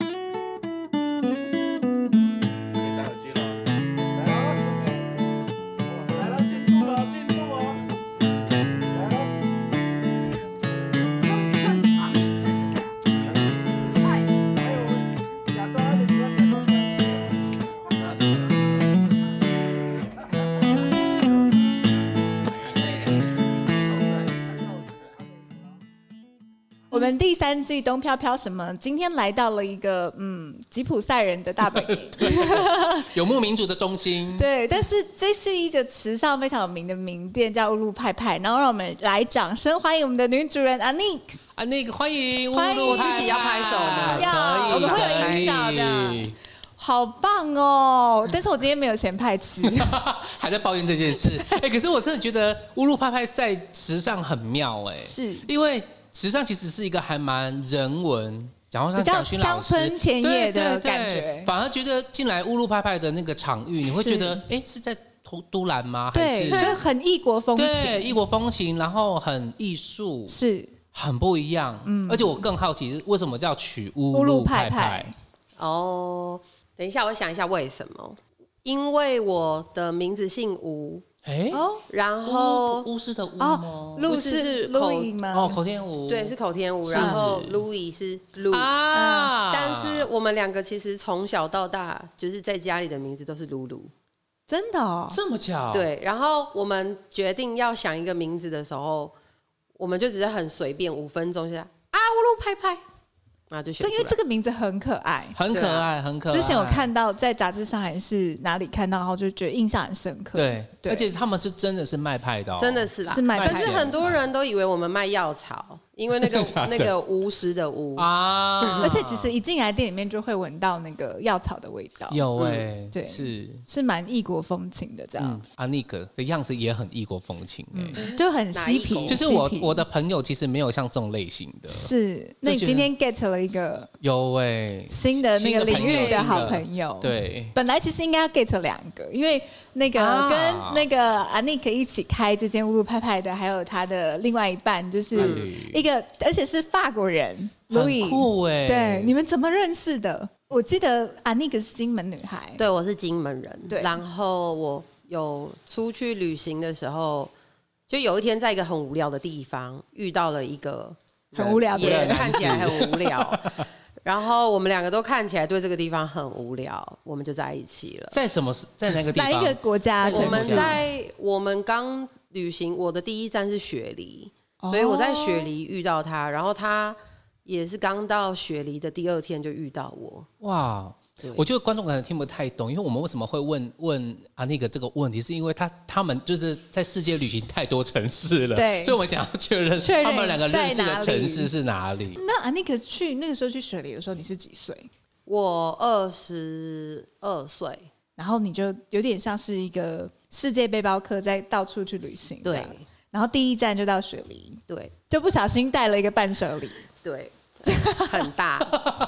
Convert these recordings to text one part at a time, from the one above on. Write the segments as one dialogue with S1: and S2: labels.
S1: 戴耳机了，来了，进步了，进步哦，来了。还有假装还得假装假装。
S2: 我们第三季《东飘飘什么》今天来到了一个嗯吉普赛人的大本营，
S3: 游牧民族的中心，
S2: 对，但是这是一个池上非常有名的名店，叫乌鲁派派，然后让我们来掌声欢迎我们的女主人 Anik。
S3: 啊，那个欢迎，
S2: 欢迎
S3: 乌鲁派
S2: 我自己要
S4: 拍手的
S3: 可以
S2: 要，
S3: 可以
S2: 我们会有音效的。好棒哦！但是我今天没有咸派 吃，
S3: 还在抱怨这件事。 哎、可是我真的觉得乌鲁派派在时尚很妙哎、
S2: 是
S3: 因为时尚其实是一个还蛮人文。然后像
S2: 比较
S3: 蒋勋老
S2: 乡
S3: 师
S2: 村田野的
S3: 对对对
S2: 感觉
S3: 反而觉得进来乌鲁派派的那个场域，你会
S2: 是
S3: 觉得，哎，是在都都兰吗？还
S2: 对，
S3: 是
S2: 就是很异国风
S3: 对
S2: 情，
S3: 异国风情，然后很艺术，
S2: 是
S3: 很不一样。而且我更好奇是为什么叫取乌
S2: 嗯乌
S3: 鲁
S2: 鲁
S3: 派
S2: 派
S3: 派
S2: 派？
S4: 哦，等一下，我想一下为什么？因为我的名字姓吴，
S3: 哎，
S2: 哦
S4: 然
S3: 乌
S4: 后
S3: 乌斯的乌
S2: 哦
S3: 吗，？
S2: 路
S4: 不是
S2: 是
S4: 是口
S2: 录音
S3: 哦，
S2: 吗？
S3: 口天吴，
S4: 对是口天吴，
S3: 是
S4: 然后 Louis 是 Lu，、
S2: 嗯
S3: 啊
S4: 但是我们两个其实从小到大就是在家里的名字都是露露。
S2: 真的哦，
S3: 这么巧，，
S4: 对，然后我们决定要想一个名字的时候，我们就只是很随便，五分钟就在啊乌鲁派派，然啊后就选
S2: 这
S4: 出
S2: 因
S4: 来。
S2: 为这个名字很可爱。
S3: 很可爱，很可爱。
S2: 之前有看到在杂志上还是哪里看到，然后就觉得印象很深刻。
S3: 对，
S2: 对
S3: 而且他们是真的是卖派的哦，
S4: 真的是啦，
S2: 是卖
S4: 可
S2: 派
S4: 是
S3: 的
S4: 很多人都以为我们卖药草，因为那 个
S3: 真的假的
S4: 那个巫师的巫，
S3: 啊
S4: 嗯
S2: 而且其实一进来店里面就会闻到那个药草的味道，
S3: 有哎，
S2: 嗯对啊
S3: 是。
S2: 是蛮异国风情的，这样、
S3: 嗯，阿尼克的样子也很异国风情哎、
S2: 就很嬉
S4: 哪
S2: 皮。
S4: 一国
S3: 就是我
S2: 嬉皮
S3: 我的朋友其实没有像这种类型
S2: 嗯
S3: 的，
S2: 是，那你
S3: 就觉
S2: 今
S3: 得
S2: 天 get 了一个
S3: 有哎、
S2: 新的那个领域的好
S3: 友，
S2: 朋友，。
S3: 对，
S2: 本来其实应该要 get 两个，因为那个
S3: 啊
S2: 跟那个 Anik 一起开这间乌鲁派派的，还有他的另外一半，就是
S3: 嗯
S2: 一个，而且是法国人 Louis，
S3: 很酷哎、
S2: 对，你们怎么认识的？我记得 Anik 是金门女孩，
S4: 对我是金门人，
S2: 对
S4: 然后我有出去旅行的时候，就有一天在一个很无聊的地方遇到了一个人
S2: 很无聊的
S4: 也
S3: 人
S4: 看起来很无聊， 然后我们两个都看起来对这个地方很无聊，我们就在一起了。
S3: 在什么在哪个地
S2: 哪
S3: 方？
S2: 一个国家？
S3: 在
S4: 我们
S3: 城市
S4: 在我们刚旅行，我的第一站是雪梨，
S2: 哦
S4: 所以我在雪梨遇到他，然后他也是刚到雪梨的第二天就遇到我。
S3: 哇
S4: 对，
S3: 我觉得观众可能听不太懂，因为我们为什么会问问啊那个这个问题，是因为他他们就是在世界旅行太多城市了，
S2: 对
S3: 所以我们想要确认
S2: 确认
S3: 他们两个认识
S2: 在哪
S3: 的
S2: 里
S3: 城市是哪里。
S2: 那 Anik 去那个时候去雪梨的时候，你是几岁？
S4: 我二十二岁，
S2: 然后你就有点像是一个世界背包客，在到处去旅行。这
S4: 对
S2: 样然后第一站就到雪梨，
S4: 对
S2: 就不小心带了一个伴手 礼，
S4: 对，很大。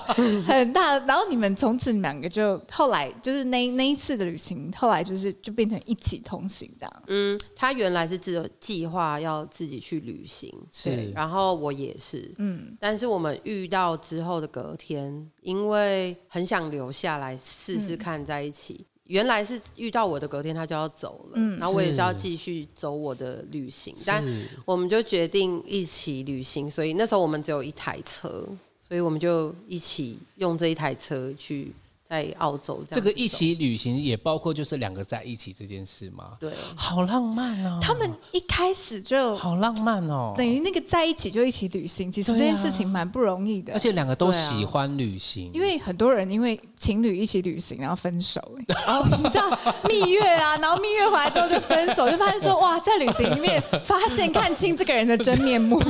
S2: 很大。然后你们从此你们两个就后来就是那那一次的旅行，后来就是就变成一起同行这样。
S4: 嗯，他原来是自计划要自己去旅行，
S3: 是
S4: 对然后我也是，
S2: 嗯，
S4: 但是我们遇到之后的隔天，因为很想留下来试
S3: 嗯
S4: 试看在一起。原来是遇到我的隔天，他就要走了，
S2: 嗯
S4: 然后我也是
S3: 是
S4: 要继续走我的旅行，但
S3: 是
S4: 我们就决定一起旅行，所以那时候我们只有一台车，所以我们就一起用这一台车去在澳洲这样子
S3: 这个一
S4: 走
S3: 起旅行也包括就是两个在一起这件事吗？
S4: 对
S3: 好浪漫哦，
S2: 他们一开始就
S3: 好浪漫哦，
S2: 等于那个在一起就一起旅行，其实
S3: 对啊
S2: 这件事情蛮不容易的。
S3: 而且两个都
S4: 对啊
S3: 喜欢旅行，
S2: 啊因为很多人因为情侣一起旅行然后分手、 欸，然后你知道蜜月啊，然后蜜月回来之后就分 手，就发现说哇，在旅行里面发现看清这个人的真面 目，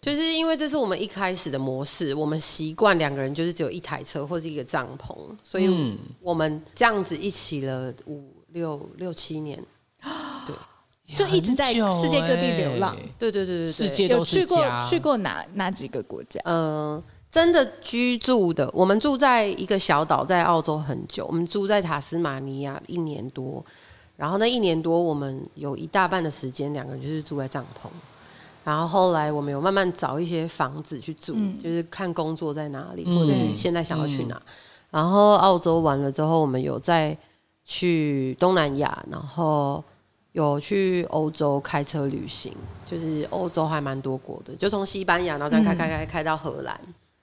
S4: 就是因为这是我们一开始的模式，我们习惯两个人就是只有一台车或是一个帐篷，所以
S3: 嗯
S4: 我们这样子一起了五六六七年。
S2: 就一直在世界各地流浪
S3: 很久哎
S4: 对对对对对，
S3: 世界
S2: 有
S3: 都是
S2: 去过
S3: 家
S2: 去过哪哪几个国家？
S4: 嗯、真的居住的，我们住在一个小岛，在澳洲很久，我们住在塔斯马尼亚一年多，然后那一年多，我们有一大半的时间两个人就是住在帐篷，然后后来我们有慢慢找一些房子去住，
S2: 嗯
S4: 就是看工作在哪里，
S3: 嗯
S4: 或者是
S2: 对
S4: 现在想要去哪。然后澳洲完了之后，我们有再去东南亚，然后有去欧洲开车旅行，就是欧洲还蛮多国的，就从西班牙，然后再开
S2: 嗯
S4: 开开开到荷兰，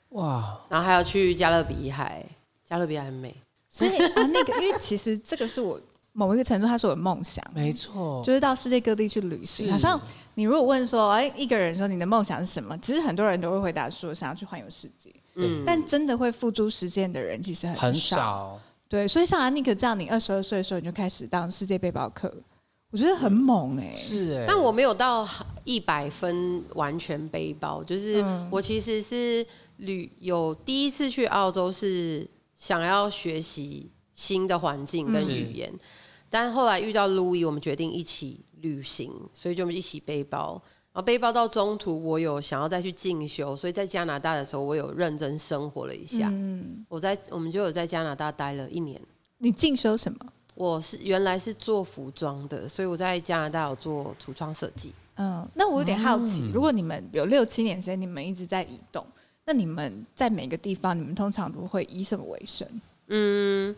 S3: 哇，
S4: 然后还要去加勒比海，加勒比海很美。
S2: 所以啊，那个因为其实这个是我某一个程度，它是我的梦想，
S3: 没错，
S2: 就是到世界各地去旅行。
S3: 哦是
S2: 好像你如果问说，哎，一个人说你的梦想是什么？其实很多人都会回答说想要去环游世界，
S4: 嗯，
S2: 但真的会付诸实践的人其实
S3: 很
S2: 少。
S3: 少，
S2: 对，所以像安妮可这样，你二十二岁的时候你就开始当世界背包客，我觉得很猛哎、
S3: 是哎，
S4: 但我没有到一百分完全背包，就是
S2: 嗯
S4: 我其实是旅有第一次去澳洲是想要学习新的环境跟
S3: 嗯
S4: 语言，但后来遇到 Louis，我们决定一起旅行，所以就一起背包。然后背包到中途，我有想要再去进修，所以在加拿大的时候，我有认真生活了一下。
S2: 嗯，
S4: 我在我们就有在加拿大待了一年。
S2: 你进修什么？
S4: 我是原来是做服装的，所以我在加拿大有做橱窗设计。
S2: 嗯，那我有点好奇，
S3: 嗯
S2: 如果你们有六七年时间，你们一直在移动，那你们在每个地方，你们通常都会以什么为生？
S4: 嗯，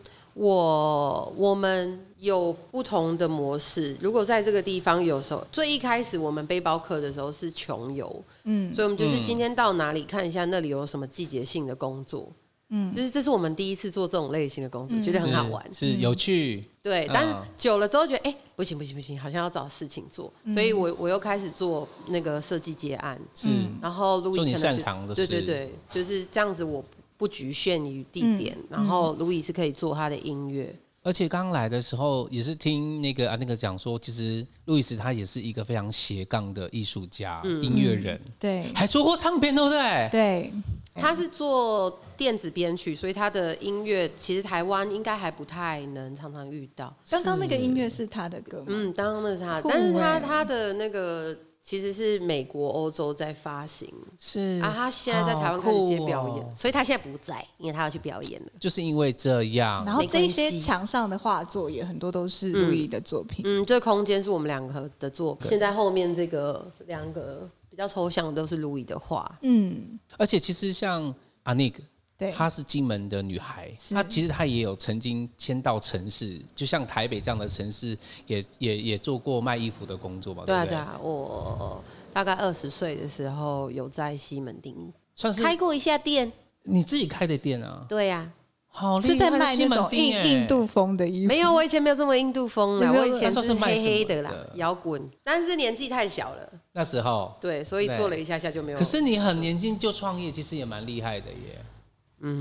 S4: 我我们有不同的模式。如果在这个地方，有时候最一开始我们背包客的时候是穷游，
S2: 嗯
S4: 所以我们就是
S3: 嗯
S4: 今天到哪里看一下那里有什么季节性的工作，
S2: 嗯
S4: 就是这是我们第一次做这种类型的工作，
S2: 嗯
S4: 觉得很好玩。
S3: 是是有趣，
S4: 对
S3: 嗯，
S4: 但是久了之后觉得，哎、不行不行不行，好像要找事情做，
S3: 嗯
S4: 所以我我又开始做那个设计接案，
S3: 是
S2: 嗯
S4: 然后路易
S3: 做
S4: 可
S3: 你
S4: 能
S3: 擅
S4: 就
S3: 长的
S4: 对
S3: 事，
S4: 对对，就是这样子，我不局限于地点，
S2: 嗯
S4: 然后路易是可以做他的音乐。
S3: 而且刚来的时候也是听那个啊那个讲说，其实路易斯他也是一个非常斜杠的艺术家、
S4: 嗯
S3: 音乐人，
S2: 对
S3: 还出过唱片，对不对？
S2: 对，
S4: 他是做电子编曲，所以他的音乐其实台湾应该还不太能常常遇到。
S2: 刚刚那个音乐是他的歌吗？
S4: 嗯，当然那是他，
S2: 酷
S4: 但是
S2: 欸
S4: 他他的那个其实是美国、欧洲在发行
S3: 是
S4: 啊，他现在在台湾
S3: 嗯好
S4: 开始
S3: 酷
S4: 接表演，
S3: 哦
S4: 所以他现在不在，因为他要去表演了。
S3: 就是因为这样，
S2: 然后
S4: 没
S2: 这
S4: 关
S2: 些
S4: 系
S2: 墙上的画作也很多都是路易的作品。
S4: 嗯，这空间是我们两个的作品，现在后面这个两个比较抽象的都是路易的画。
S2: 嗯，
S3: 而且其实像阿尼克，
S2: 对，
S3: 她是金门的女孩，
S2: 是
S3: 她其实她也有曾经迁到城市，就像台北这样的城市，也也也做过卖衣服的工作嘛，
S4: 对啊，
S3: 哦不
S4: 对啊，我大概二十岁的时候有在西门町
S3: 算是
S4: 开过一下店。
S3: 你自己开的店啊，
S4: 对呀、
S3: 好厉害
S2: 是在卖那
S3: 西门
S2: 种
S3: 町
S2: 印
S3: 欸
S2: 印度风的衣服。
S4: 没有，我以前没有这么印度风啦，
S2: 你没有
S4: 我以前
S3: 那时候是
S4: 是
S3: 卖什
S4: 黑
S3: 么
S4: 黑的啦
S3: 的，
S4: 摇滚，但是年纪太小了，
S3: 那时候。
S4: 对，所以
S3: 对
S4: 做了一下下就没有。
S3: 可是你很年轻就创业，其实也蛮厉害的耶。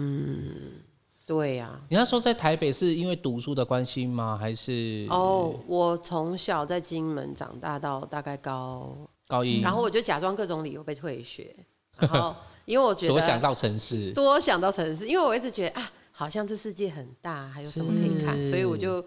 S4: 嗯对啊呀、
S3: 你那时候在台北是因为读书的关系吗？还是
S4: 哦，我从小在金门长大到大概高，
S3: 高一？
S4: 然后我就假装各种理由被退学，然后因为我觉得
S3: 多想到城市，
S4: 多想到城市，因为我一直觉得啊，好像这世界很大，还有什么可以看，
S3: 是
S4: 所以我就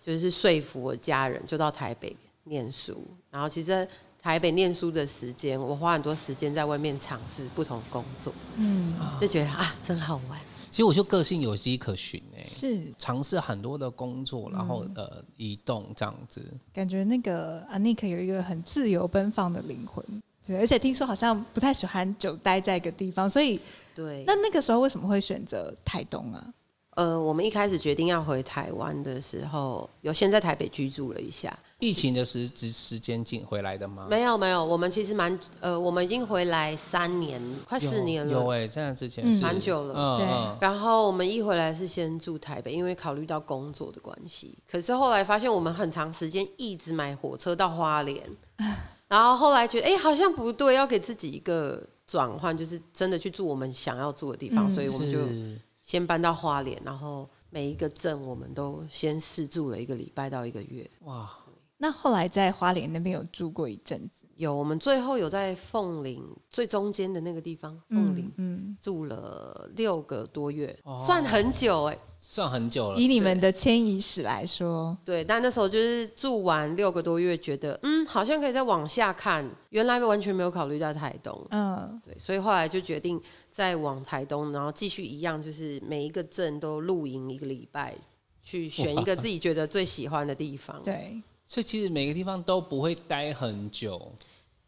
S4: 就是说服我家人，就到台北念书。然后其实台北念书的时间，我花很多时间在外面尝试不同工作，
S2: 嗯，
S4: 就觉得啊，真好玩。
S3: 其实我就个性有迹可循哎、
S2: 是
S3: 尝试很多的工作，然
S4: 嗯
S3: 后、呃移动这样子。
S2: 感觉那个 Anik 有一个很自由奔放的灵魂，对，而且听说好像不太喜欢久待在一个地方，所以
S4: 对，
S2: 那那个时候为什么会选择台东啊？
S4: 呃，我们一开始决定要回台湾的时候，有先在台北居住了一下，
S3: 疫情的时时时间进回来的吗？
S4: 没有没有，我们其实蛮呃，我们已经回来三年，快
S3: 有
S4: 四年了，
S3: 有哎、在那之前
S2: 嗯
S3: 是
S4: 蛮久了
S3: 嗯
S2: 对
S3: 嗯
S4: 然后我们一回来是先住台北，因为考虑到工作的关系。可是后来发现我们很长时间一直买火车到花莲， 然后后来觉得哎、诶好像不对，要给自己一个转换，就是真的去住我们想要住的地方，
S2: 嗯
S4: 所以我们就是先搬到花莲，然后每一个镇我们都先试住了一个礼拜到一个月。
S3: 哇，
S2: 那后来在花莲那边有住过一阵子，
S4: 有，我们最后有在凤林最中间的那个地方，凤林、
S2: 嗯嗯，
S4: 住了六个多月，
S3: 哦
S4: 算很久哎、诶
S3: 算很久了
S2: 以。你们的迁移史来说，
S4: 对，但那时候就是住完六个多月，觉得嗯，好像可以再往下看，原来完全没有考虑到台东，
S2: 嗯
S4: 对，所以后来就决定再往台东，然后继续一样，就是每一个镇都露营一个礼拜，去选一个自己觉得最喜欢的地 方。
S2: 对，
S3: 所以其实每个地方都不会待很久，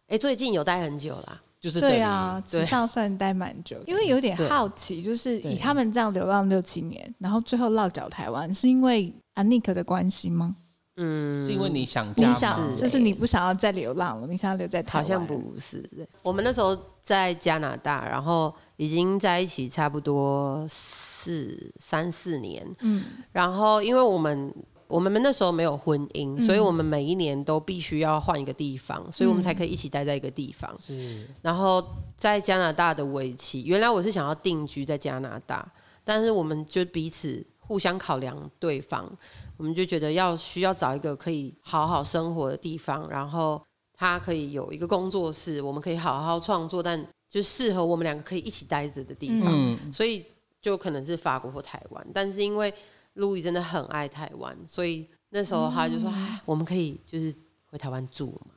S4: 哎、最近有待很久啦，
S3: 就是等
S2: 对
S3: 于
S2: 啊，
S4: 对
S2: 时尚算待蛮久，因为有点
S4: 对
S2: 好奇，就是
S3: 对
S2: 以他们这样流浪六七年，然后最后落脚台湾，是因为 Anik 的关系吗？
S4: 嗯，
S3: 是因为你想
S2: 你
S3: 家
S2: 想，
S3: 吗？
S2: 就是你不想要再流浪了，你想要留在台
S4: 好
S2: 湾？
S4: 像不是。我们那时候在加拿大，然后已经在一起差不多四三四年，
S2: 嗯，
S4: 然后因为我们。我们那时候没有婚姻，
S2: 嗯
S4: 所以我们每一年都必须要换一个地方，所以我们才可以一起待在一个地方。
S3: 是
S4: 然后在加拿大的尾期，原来我是想要定居在加拿大，但是我们就彼此互相考量对方，我们就觉得要需要找一个可以好好生活的地方，然后他可以有一个工作室，我们可以好好创作，但就适合我们两个可以一起待着的地方，
S3: 嗯，
S4: 所以就可能是法国或台湾。但是因为路易真的很爱台湾，所以那时候他就说：“
S3: 嗯
S4: 哎、我们可以就是回台湾住嘛。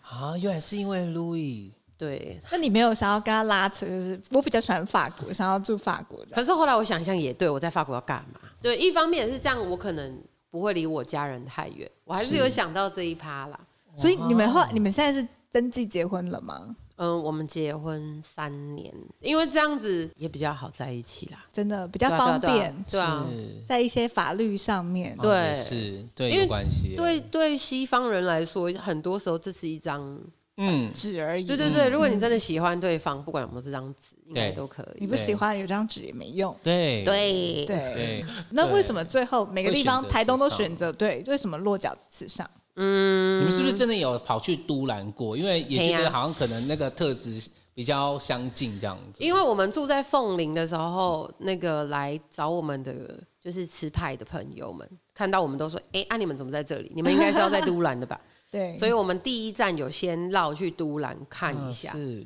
S3: 啊，原来是因为 Louis，”
S4: 对，
S2: 那你没有想要跟他拉扯，就是我比较喜欢法国，想要住法国的。
S4: 可是后来我想一想也对，我在法国要干嘛？对，一方面也是这样，我可能不会离我家人太远，我还是
S3: 是
S4: 有想到这一趴啦。
S2: 所以你们后，你们现在是登记结婚了吗？
S4: 嗯，我们结婚三年，因为这样子也比较好在一起啦，
S2: 真的比
S4: 比
S2: 较方便，
S4: 对啊，
S3: 是
S2: 在一些法律上面。
S3: 哦
S4: 对
S3: 也是对
S4: 因为
S3: 有关系，
S4: 对，对，西方人来说，很多时候这是一张，
S3: 嗯，
S2: 纸而已，
S4: 对对对，如果你真的喜欢对方，不管有没有这张纸，应该
S3: 对
S4: 都可
S2: 你
S4: 以。
S2: 不喜欢有张纸也没用。
S3: 对
S4: 对，
S2: 对，
S3: 对，
S2: 那为什么最后每个地
S3: 会选
S2: 方
S3: 择
S2: 台东都
S3: 时尚
S2: 选择对？为什么落脚时尚？
S4: 嗯，
S3: 你们是不是真的有跑去都兰过？因为也觉得好像可能那个特质比较相近这样子。
S4: 因为我们住在凤林的时候，那个来找我们的就是吃派的朋友们，看到我们都说：“哎、啊，你们怎么在这里？你们应该是要在都兰的 吧
S2: 对，？”
S4: 所以我们第一站有先绕去都兰看一下，
S3: 嗯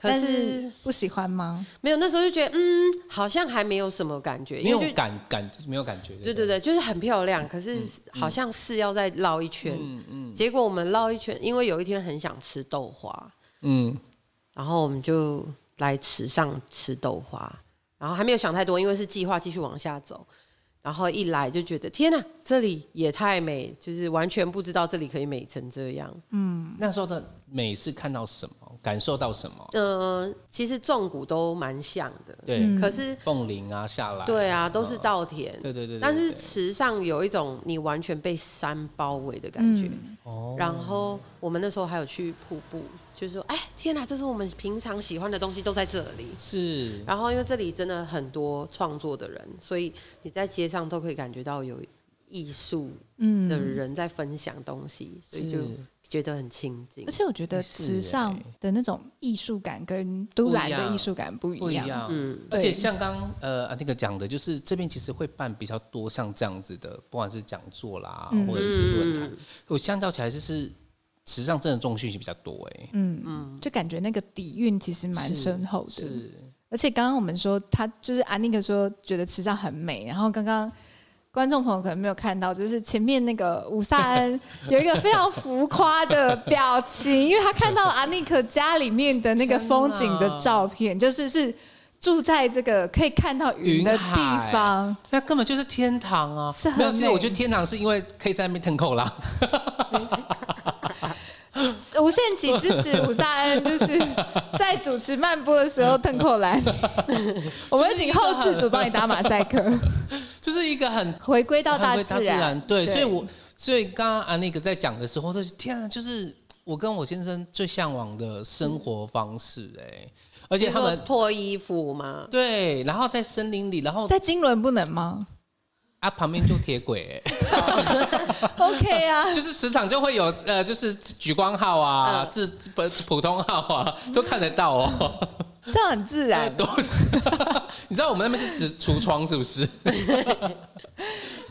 S4: 可
S2: 但
S4: 是
S2: 不喜欢吗？
S4: 没有，那时候就觉得嗯，好像还没有什么感觉，
S3: 是没
S4: 因为
S3: 有
S4: 就
S3: 感感没有感觉。
S4: 对对
S3: 不，
S4: 对，就是很漂亮，可是好像是要再绕一圈。
S3: 嗯嗯
S4: 结果我们绕一圈，因为有一天很想吃豆花，
S3: 嗯，
S4: 然后我们就来池上吃豆花，然后还没有想太多，因为是计划继续往下走。然后一来就觉得天哪，这里也太美，就是完全不知道这里可以美成这样。
S3: 那时候的美是看到什么，感受到什么？
S4: 呃，其实纵谷都蛮像的，
S3: 对，
S2: 嗯
S4: 可是
S3: 凤林啊，下来，
S4: 对啊，都是
S3: 嗯
S4: 稻田。
S3: 对对对对
S4: 但是
S3: 对
S4: 池上有一种你完全被山包围的感
S2: 嗯
S4: 觉，
S3: 哦
S4: 然后我们那时候还有去瀑布，就是说，哎，天哪，这是我们平常喜欢的东西都在这里。
S3: 是
S4: 然后因为这里真的很多创作的人，所以你在街上都可以感觉到有艺术
S2: 嗯
S4: 的人在分享东西，所以就是觉得很亲近
S2: 而。且我觉得
S3: 是
S2: 时尚
S3: 欸
S2: 的那种艺术感跟都兰的艺术感不一
S3: 不一
S2: 样。
S3: 样。
S4: 嗯，
S3: 而
S2: 对
S3: 且像刚呃啊那个讲的，就是这边其实会办比较多像这样子的，不管是讲座啦，
S2: 嗯
S3: 或者是论坛。我相较起来，就是时尚真的重讯息比较多哎、
S2: 嗯就感觉那个底蕴其实蛮
S3: 是
S2: 深厚的。
S3: 是
S2: 而且刚刚我们说，他就是安妮克说觉得时尚很美，然后刚刚。观众朋友可能没有看到，就是前面那个吴萨 恩有一个非常浮夸的表情，因为他看到阿尼克家里面的那个风景的照片，就是是住在这个可以看到云的地方，
S3: 那根本就是天堂啊！
S2: 是很
S3: 没有，其实
S2: 美
S3: 我觉得天堂是因为可以在那边腾口啦。
S2: 无限期支持吴萨恩，就是在主持慢播的时 候腾扣篮，我们请后置组帮你打马赛克，
S3: 就是一个很
S2: 回归到大
S3: 回归
S2: 自然。
S3: 然。对，
S2: 对
S3: 所以我所以刚刚安那个在讲的时候，就是天啊，就是我跟我先生最向往的
S2: 嗯
S3: 生活方式哎、而
S4: 而
S3: 且他们
S4: 脱衣服嘛，
S3: 对，然后在森林里，然后
S2: 在金轮不能吗
S3: 啊旁边就铁轨、哎
S2: ？OK 啊，
S3: 就是时常就会有呃，就是举光号啊，
S4: 嗯
S3: 自不普通号啊，都看得到哦。
S2: 这样很自 然。
S3: 都，你知道我们那边是指橱窗是不是？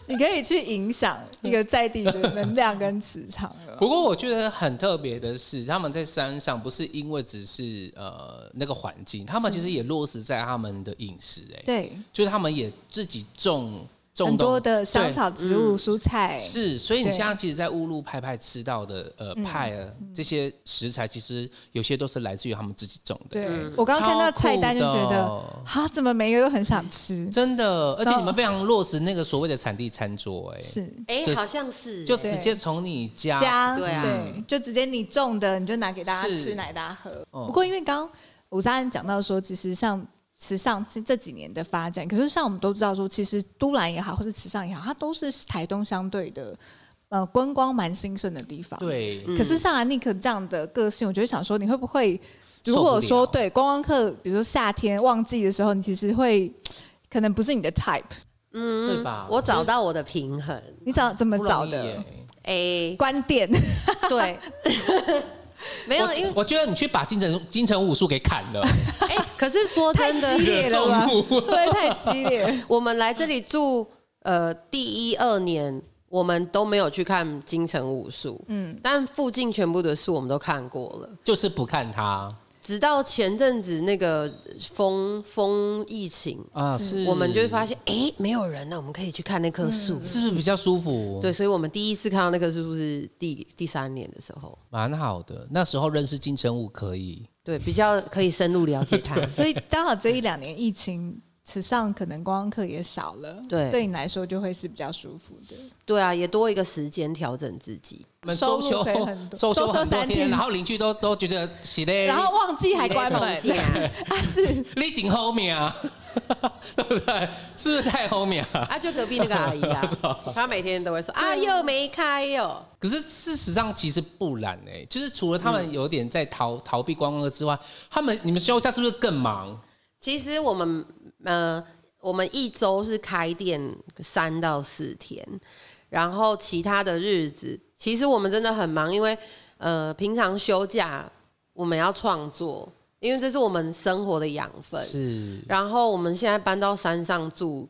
S2: 你可以去影响一个在地的能量跟磁场了。
S3: 不过我觉得很特别的是，他们在山上不是因为只是呃那个环境，他们其实也落实在他们的饮食、哎，
S2: 对，
S3: 就是他们也自己种种
S2: 很多
S3: 东
S2: 的香
S3: 对嗯
S2: 草植物、蔬菜，
S3: 是，所以你
S2: 对嗯
S3: 现在其实，在乌路派派吃到的呃派啊、这些食材，其实有些都是来自于他们自己种的。
S2: 对我刚刚看到
S3: 嗯超酷
S2: 菜单就觉
S3: 的
S2: 得，
S3: 哦
S2: 哈，怎么每个都很想吃？
S3: 真的，而且
S2: 然后
S3: 你们非常落实那个所谓的产地餐桌、哎，
S2: 是
S4: 哎、
S3: 这
S4: 好像是
S3: 就
S4: 哎
S3: 直接从你家
S2: 家
S4: 对啊
S2: 对，就直接你种的，你就拿给大家
S3: 是
S2: 吃，拿给大家喝。
S3: 哦
S2: 不过因为刚刚吴三恩讲到说，其实像时尚是这几年的发展，可是像我们都知道说，其实都兰也好，或是时尚也好，它都是台东相对的呃观光蛮兴盛的地方。。
S3: 对，嗯
S2: 可是像安妮可这样的个性，我就会想说，你会不会如果
S3: 受不
S2: 说
S3: 了
S2: 对观光客，
S3: 嗯
S2: 比如说夏天旺季的时候，你其实会可能不是你的 type，
S4: 嗯
S3: 对吧？
S4: 我找到我的平衡。
S2: 你找怎么
S3: 不容易欸
S2: 找
S3: 耶
S2: 的？
S4: 哎、
S2: 观点？
S4: 对，没有，
S3: 我
S4: 因为
S3: 我觉得你去把金城金城武术给砍了，
S4: 哎、可是说真
S2: 太激
S4: 的，
S2: 烈了吧？
S3: 惹众怒
S2: 会不会太激烈？
S4: 我们来这里住呃第一二年，我们都没有去看京城武术，嗯，但附近全部的树我们都看过了。
S3: 就是不看他
S4: 直到前阵子那个封封疫情，
S3: 啊，是
S4: 我们就会发现，哎、没有人了，我们可以去看那棵树。
S3: 是不是比较舒服？
S4: 对，，所以我们第一次看到那棵树是第第三年的时候，
S3: 蛮好的。那时候认识金城武可以，
S4: 对，比较可以深入了解它。
S2: 所以刚好这一两年疫情，时尚可能观光客也少了，
S4: 对
S2: 对你来说就会是比较舒服的。
S4: 对啊，也多一个时间调整自己。
S3: 我们
S2: 收
S3: 周
S2: 入
S3: 休
S2: 可以很多
S3: 周休
S2: 周休
S3: 很多
S2: 三天
S3: 天，然后邻居都都觉得是嘞，
S2: 然后旺季还关门，
S4: 哎你在 创
S2: 啊是
S3: 你紧后面啊， 对不对？是不是太后面啊？
S4: 啊，就隔壁那个阿姨啊，她每天都会说啊，又没开哟。
S3: 可是事实上其实不然哎、就是除了他们有点在逃、
S2: 嗯
S3: 逃避观光客之外，他们你们休假是不是更忙？
S4: 其实我们呃，我们一周是开店三到四天，然后其他的日子，其实我们真的很忙，因为呃，平常休假我们要创作，因为这是我们生活的养
S2: 呃
S4: 分。
S3: 是
S4: 然后我们现在搬到山上住，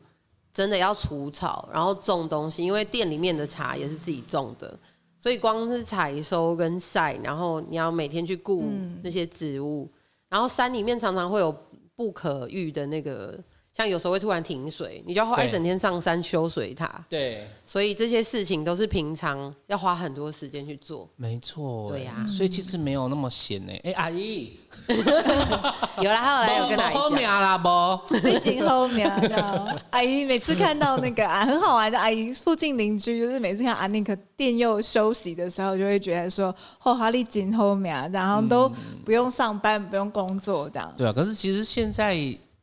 S4: 真的要除草，然后种东西，因为店里面的茶也是自己种的，所以光是采收跟晒，然后你要每天去顾那些植物，然后山里面常常会有不可遇的那个。像有时候会突然停水，你就要花
S3: 对
S4: 一整天上山修水塔，
S3: 对，
S4: 所以这些事情都是平常要花很多时间去做。
S3: 没错、欸
S4: 对呀
S3: 所以其实没有那么闲哎、哎、阿姨，
S4: 有啦，后来有
S3: 没
S4: 哎跟他
S3: 后面
S4: 讲，
S3: 啦不？
S2: 最近后面 的啊阿姨，每次看到那个啊很好玩的阿姨，附近邻居就是每次看阿尼克店又休息的时候，就会觉得说哦，哈利紧后面啊，然后都
S4: 嗯
S2: 不用上班，不用工作这样。
S3: 对啊，可是其实现在，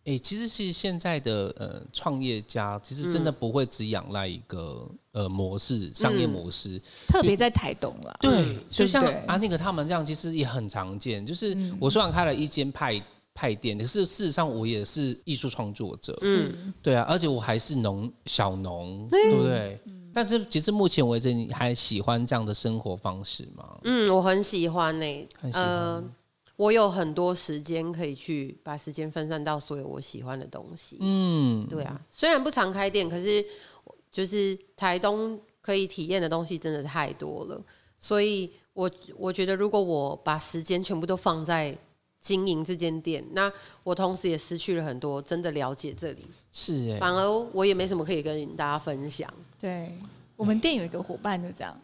S3: 诶，其实是现在的呃创业家，其实真的不会只仰赖一个、呃模式，商业模式。
S2: 特别在台东啦，
S3: 对，所以像
S2: 对
S3: 阿那个他们这样，其实也很常见。就是我虽然开了一间派派店，可是事实上我也是艺术创作者，
S4: 嗯，
S3: 对啊，而且我还是农小农，对不对？但是其实目前为止，你还喜欢这样的生活方式吗？
S4: 嗯，我很喜欢呢、
S3: 很喜欢
S4: 呃，我有很多时间可以去把时间分散到所有我喜欢的东西。
S3: 嗯，
S4: 对啊，虽然不常开店，可是我就是台东可以体验的东西真的太多了，所以我我觉得如果我把时间全部都放在经营这间店，那我同时也失去了很多真的了解这里，
S3: 是哎、
S4: 反而我也没什么可以跟大家 分享。
S2: 对，我们店有一个伙伴就这样，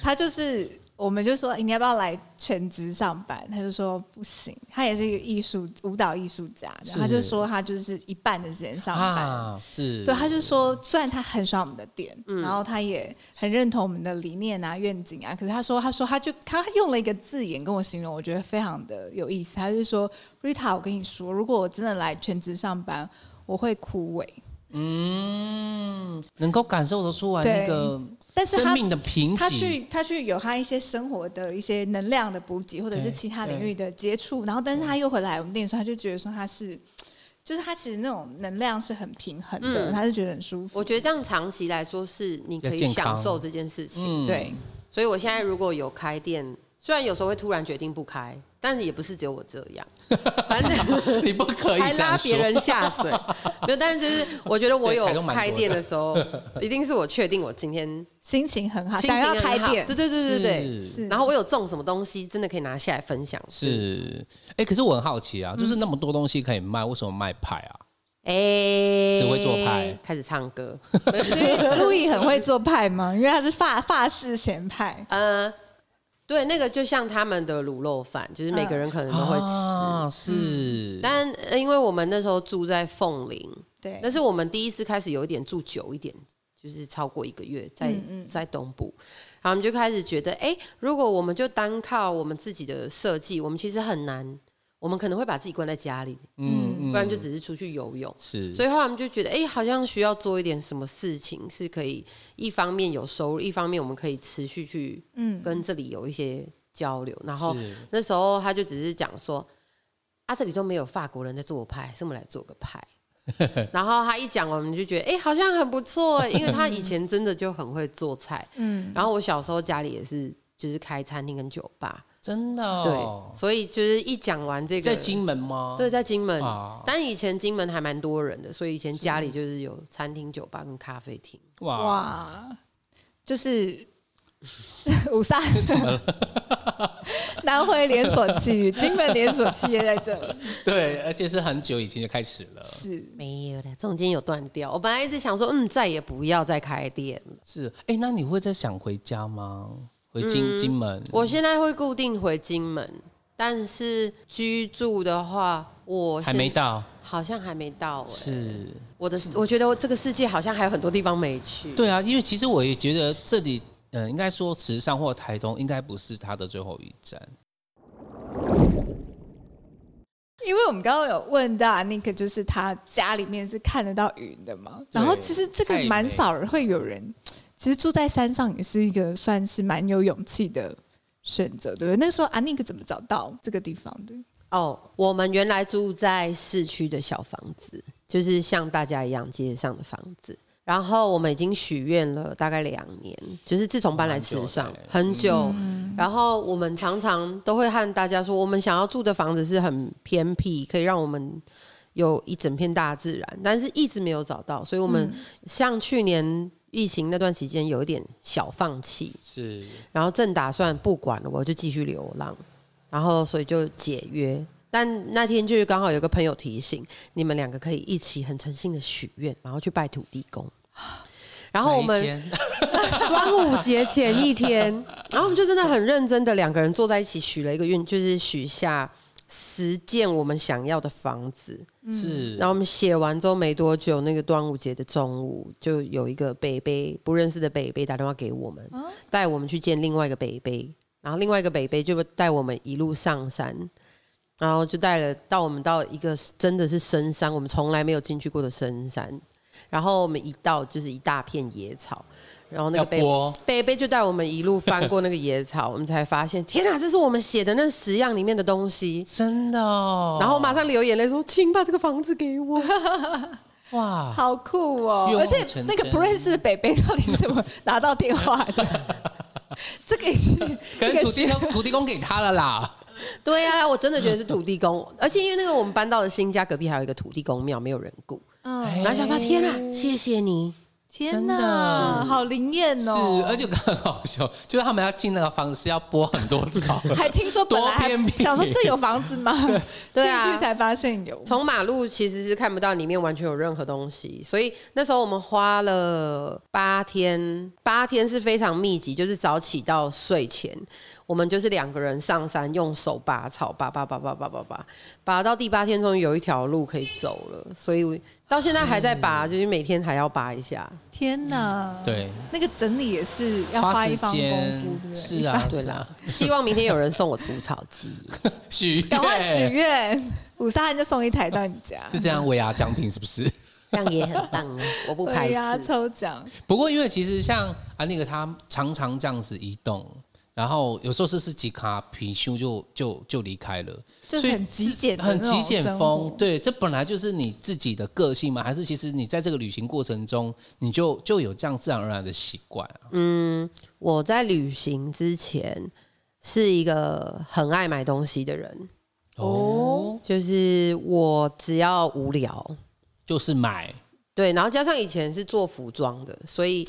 S2: 他就是我们就说你要不要来全职上班，他就说不行，他也是一个艺术舞蹈艺术家，然后他
S3: 是
S2: 就说他就是一半的时间上班。
S3: 啊，嗯是，
S2: 对，他就说，虽然他很喜欢我们的店，然后他也很认同我们的理念啊、愿景啊，可是他说，他说他就他用了一个字眼跟我形容，我觉得非常的有意思。他就说，Rita，我跟你说，如果我真的来全职上班，我会枯萎。
S3: 嗯，能够感受得出来
S2: 对
S3: 那个
S2: 但是
S3: 生
S2: 他
S3: 命的贫
S2: 他
S3: 瘠，
S2: 去他去有他一些生活的一些能量的补给，或者是
S3: 对
S2: 其他领域的接触，然后但是他又回来我们店的时候，他就觉得说他是，就是他其实那种能量是很平衡的，
S4: 嗯
S2: 他是觉得很舒服。
S4: 我觉得这样长期来说是你可
S3: 要
S4: 以
S3: 健
S4: 享
S3: 康
S4: 受这件事情。
S3: 嗯，
S2: 对，
S4: 所以我现在如果有开店，虽然有时候会突然决定不开，但是也不是只有我这 样，反 正
S3: 你不可以
S4: 还
S3: 这
S4: 拉
S3: 样
S4: 别
S3: 说。
S4: 人下水。没有，但是就是我觉得我有
S3: 对台东蛮多的
S4: 开店的 时候，一定是我确定我今天
S2: 心情很好，
S4: 心情
S2: 想要
S4: 很
S2: 开
S4: 好
S2: 店
S4: 对，对对对对。
S3: 是
S2: 是
S4: 然后我有种什么东西，真的可以拿下来分享。嗯
S3: 是，哎、可是我很好奇啊，就是那么多东西可以卖，为什么卖派啊？
S4: 哎、
S3: 只会做派
S4: 开始唱歌。
S2: 所以路易很会做派吗？因为他是法法式咸派，
S4: 呃，对，那个就像他们的卤肉饭，就是每个人可能都会吃。
S3: 啊，是，
S4: 但呃因为我们那时候住在凤林，
S2: 对，
S4: 那是我们第一次开始有一点住久一点，就是超过一个月，在
S2: 嗯嗯
S4: 在东部，然后我们就开始觉得，哎、如果我们就单靠我们自己的设计，我们其实很难，我们可能会把自己关在家里，
S3: 嗯
S4: 不然就只是出去游泳。
S3: 是，
S4: 所以后来我们就觉得，哎、好像需要做一点什么事情，是可以一方面有收入，一方面我们可以持续去
S2: 嗯，
S4: 跟这里有一些交流。然后
S3: 是
S4: 那时候他就只是讲说，啊，这里都没有法国人在做派，是我们来做个 派。然后他一讲，我们就觉得，哎、好像很不错，因为他以前真的就很会做菜。
S2: 嗯，
S4: 然后我小时候家里也是，就是开餐厅跟酒吧，
S3: 真的哦，
S4: 对，所以就是一讲完这个，
S3: 在金门吗？
S4: 对，在金门，
S3: 啊
S4: 但以前金门还蛮多人的，所以以前家里就是有餐厅、酒吧跟咖啡厅。
S3: 哇，
S2: 哇，就是 五 三 南回连锁企业、金门连锁企业在这里，
S3: 对，而且是很久以前就开始了，
S2: 是
S4: 没有的，中间有断掉。我本来一直想说，嗯，再也不要再开店了。
S3: 是，哎，那你会再想回家吗？回金金门？
S4: 嗯我现在会固定回金门，但是居住的话，我
S3: 还
S4: 现
S3: 没，到，
S4: 好像还没到、欸。
S3: 是，
S4: 我的，我觉得我这个世界好像还有很多地方没去。，
S3: 对啊，因为其实我也觉得这里，嗯，应该说池上或台东应该不是他的最后一站，
S2: 因为我们刚刚有问到 Nick，就是他家里面是看得到云的嘛，
S3: 对
S2: 然后其实这个蛮少人会有人，其实住在山上也是一个算是蛮有勇气的选择，对不对？那个时候 Nick 怎么找到这个地方的？
S4: 哦，我们原来住在市区的小房子，就是像大家一样街上的房子。然后我们已经许愿了大概两年，就是自从搬来池上很久。然后我们常常都会和大家说，我们想要住的房子是很偏僻，可以让我们有一整片大自然，但是一直没有找到，所以我
S2: 嗯
S4: 们像去年疫情那段期间有一点小放弃。
S3: 是
S4: 然后正打算不管了，我就继续流浪，然后所以就解约。但那天就是刚好有个朋友提醒，你们两个可以一起很诚心的许愿，然后去拜土地 公。然后我
S3: 哪一
S4: 们
S3: 天
S4: 端午节前一天，然后我们就真的很认真的两个人坐在一起许了一个愿，就是许下十件我们想要的房子。
S3: 是
S4: 嗯然后我们写完之后没多久，那个端午节的中午，就有一个北北不认识的北北打电话给我们，带我们去见另外一个北北，然后另外一个北北就带我们一路上山，然后就带了到我们到一个真的是深山，我们从来没有进去过的深山，然后我们一到就是一大片野草，然后那
S3: 要
S4: 个北
S3: 播，
S4: 贝贝就带我们一路翻过那个野草，我们才发现，天哪，这是我们写的那十样里面的东西。
S3: 真的哦，
S4: 然后马上流眼泪说：“请把这个房子给我。”
S3: 哇，
S2: 好酷哦！
S3: 啊愿望
S2: 而且
S3: 成真
S2: 那个不认识的北北到底怎么拿到电话的？ 这个也是
S3: 可能
S2: 一个
S3: 土地公土地公给他了啦，
S4: 对啊，我真的觉得是土地公，而且因为那个我们搬到的新家隔壁还有一个土地公庙，没有人顾。
S2: 嗯，
S4: 然后想说天啊，谢谢你，
S2: 天
S3: 哎真
S2: 哪，
S3: 的
S2: 好灵验
S3: 是，
S2: 哦！
S3: 而且很好笑，就是他们要进那个房子要播很多 草，
S2: 还听说本来
S3: 多偏
S2: 还
S3: 僻
S2: 想说这有房 子吗？进
S4: 对啊
S2: 去才发现有，
S4: 从马路其实是看不到里面完全有任何东西，所以那时候我们花了八天，八天是非常密集，就是早起到睡前，我们就是两个人上山用手拔草，拔拔拔拔拔拔拔，拔到第八天终于有一条路可以走了，所以到现在还在拔，就是每天还要拔一下。
S2: 天哪！，
S3: 对，
S2: 那个整理也是要花一
S3: 时
S2: 方功
S3: 间
S2: 夫，对不对
S3: 是，啊，
S4: 对
S3: 是
S4: 啦
S3: 啊，，
S4: 希望明天有人送我除草机。
S3: 许愿
S2: 赶快许愿，五三人就送一台到你家，
S3: 是这样，尾牙奖品是不是？
S4: 这样也很棒啊，我不排
S2: 对呀，
S4: 斥。
S2: 抽奖，
S3: 不过因为其实像啊那个他常常这样子移动，然后有时候是是几卡貔貅就就就离开了，
S2: 就是
S3: 所以
S2: 很极简的那
S3: 很
S2: 种
S3: 极简
S2: 生活
S3: 风。对，这本来就是你自己的个性吗？还是其实你在这个旅行过程中，你就就有这样自然而然的习惯啊？
S4: 我在旅行之前是一个很爱买东西的人，
S3: 哦，
S4: 就是我只要无聊，
S3: 就是买，
S4: 对，然后加上以前是做服装的，所以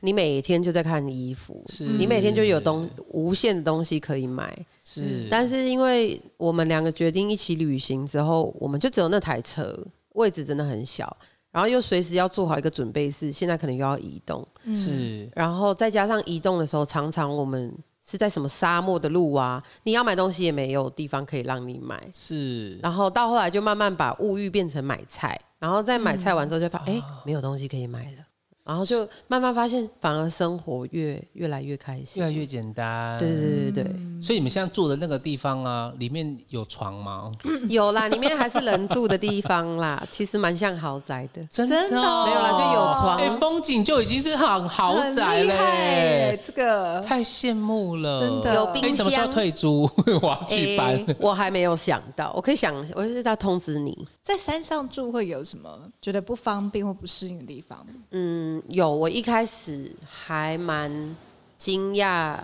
S4: 你每天就在看衣服，
S3: 是
S4: 你每天就有东无限的东西可以买。
S3: 是，
S4: 但是因为我们两个决定一起旅行之后，我们就只有那台车，位置真的很小，然后又随时要做好一个准备是，现在可能又要移动，
S2: 嗯，
S3: 是
S4: 然后再加上移动的时候，常常我们是在什么沙漠的路啊，你要买东西也没有地方可以让你买，
S3: 是，
S4: 然后到后来就慢慢把物欲变成买菜，然后再买菜完之后就发
S3: 嗯
S4: 现，哎、
S3: 啊
S4: 没有东西可以买了，然后就慢慢发现，反而生活越越来越开心，
S3: 越来越嗯简单。
S4: 对对对对对，
S3: 所以你们现在住的那个地方啊，里面有床吗？
S4: 有啦，里面还是人住的地方啦， 其实蛮像豪宅的。
S3: 真
S2: 真的哦
S4: 没有啦就有床
S3: 哎、风景就已经是很豪
S2: 很
S3: 宅
S2: 厉
S3: 了、
S2: 害耶
S3: 欸，
S2: 这个
S3: 太羡慕了，
S2: 真的
S4: 有
S3: 哎、
S4: 冰
S3: 你什么时候
S4: 箱，
S3: 退租？ 我要去搬。
S4: 诶我还没有想到，我可以想，我就是在通知你。
S2: 在山上住会有什么觉得不方便或不适应的地方？
S4: 嗯，有，我一开始还蛮惊讶，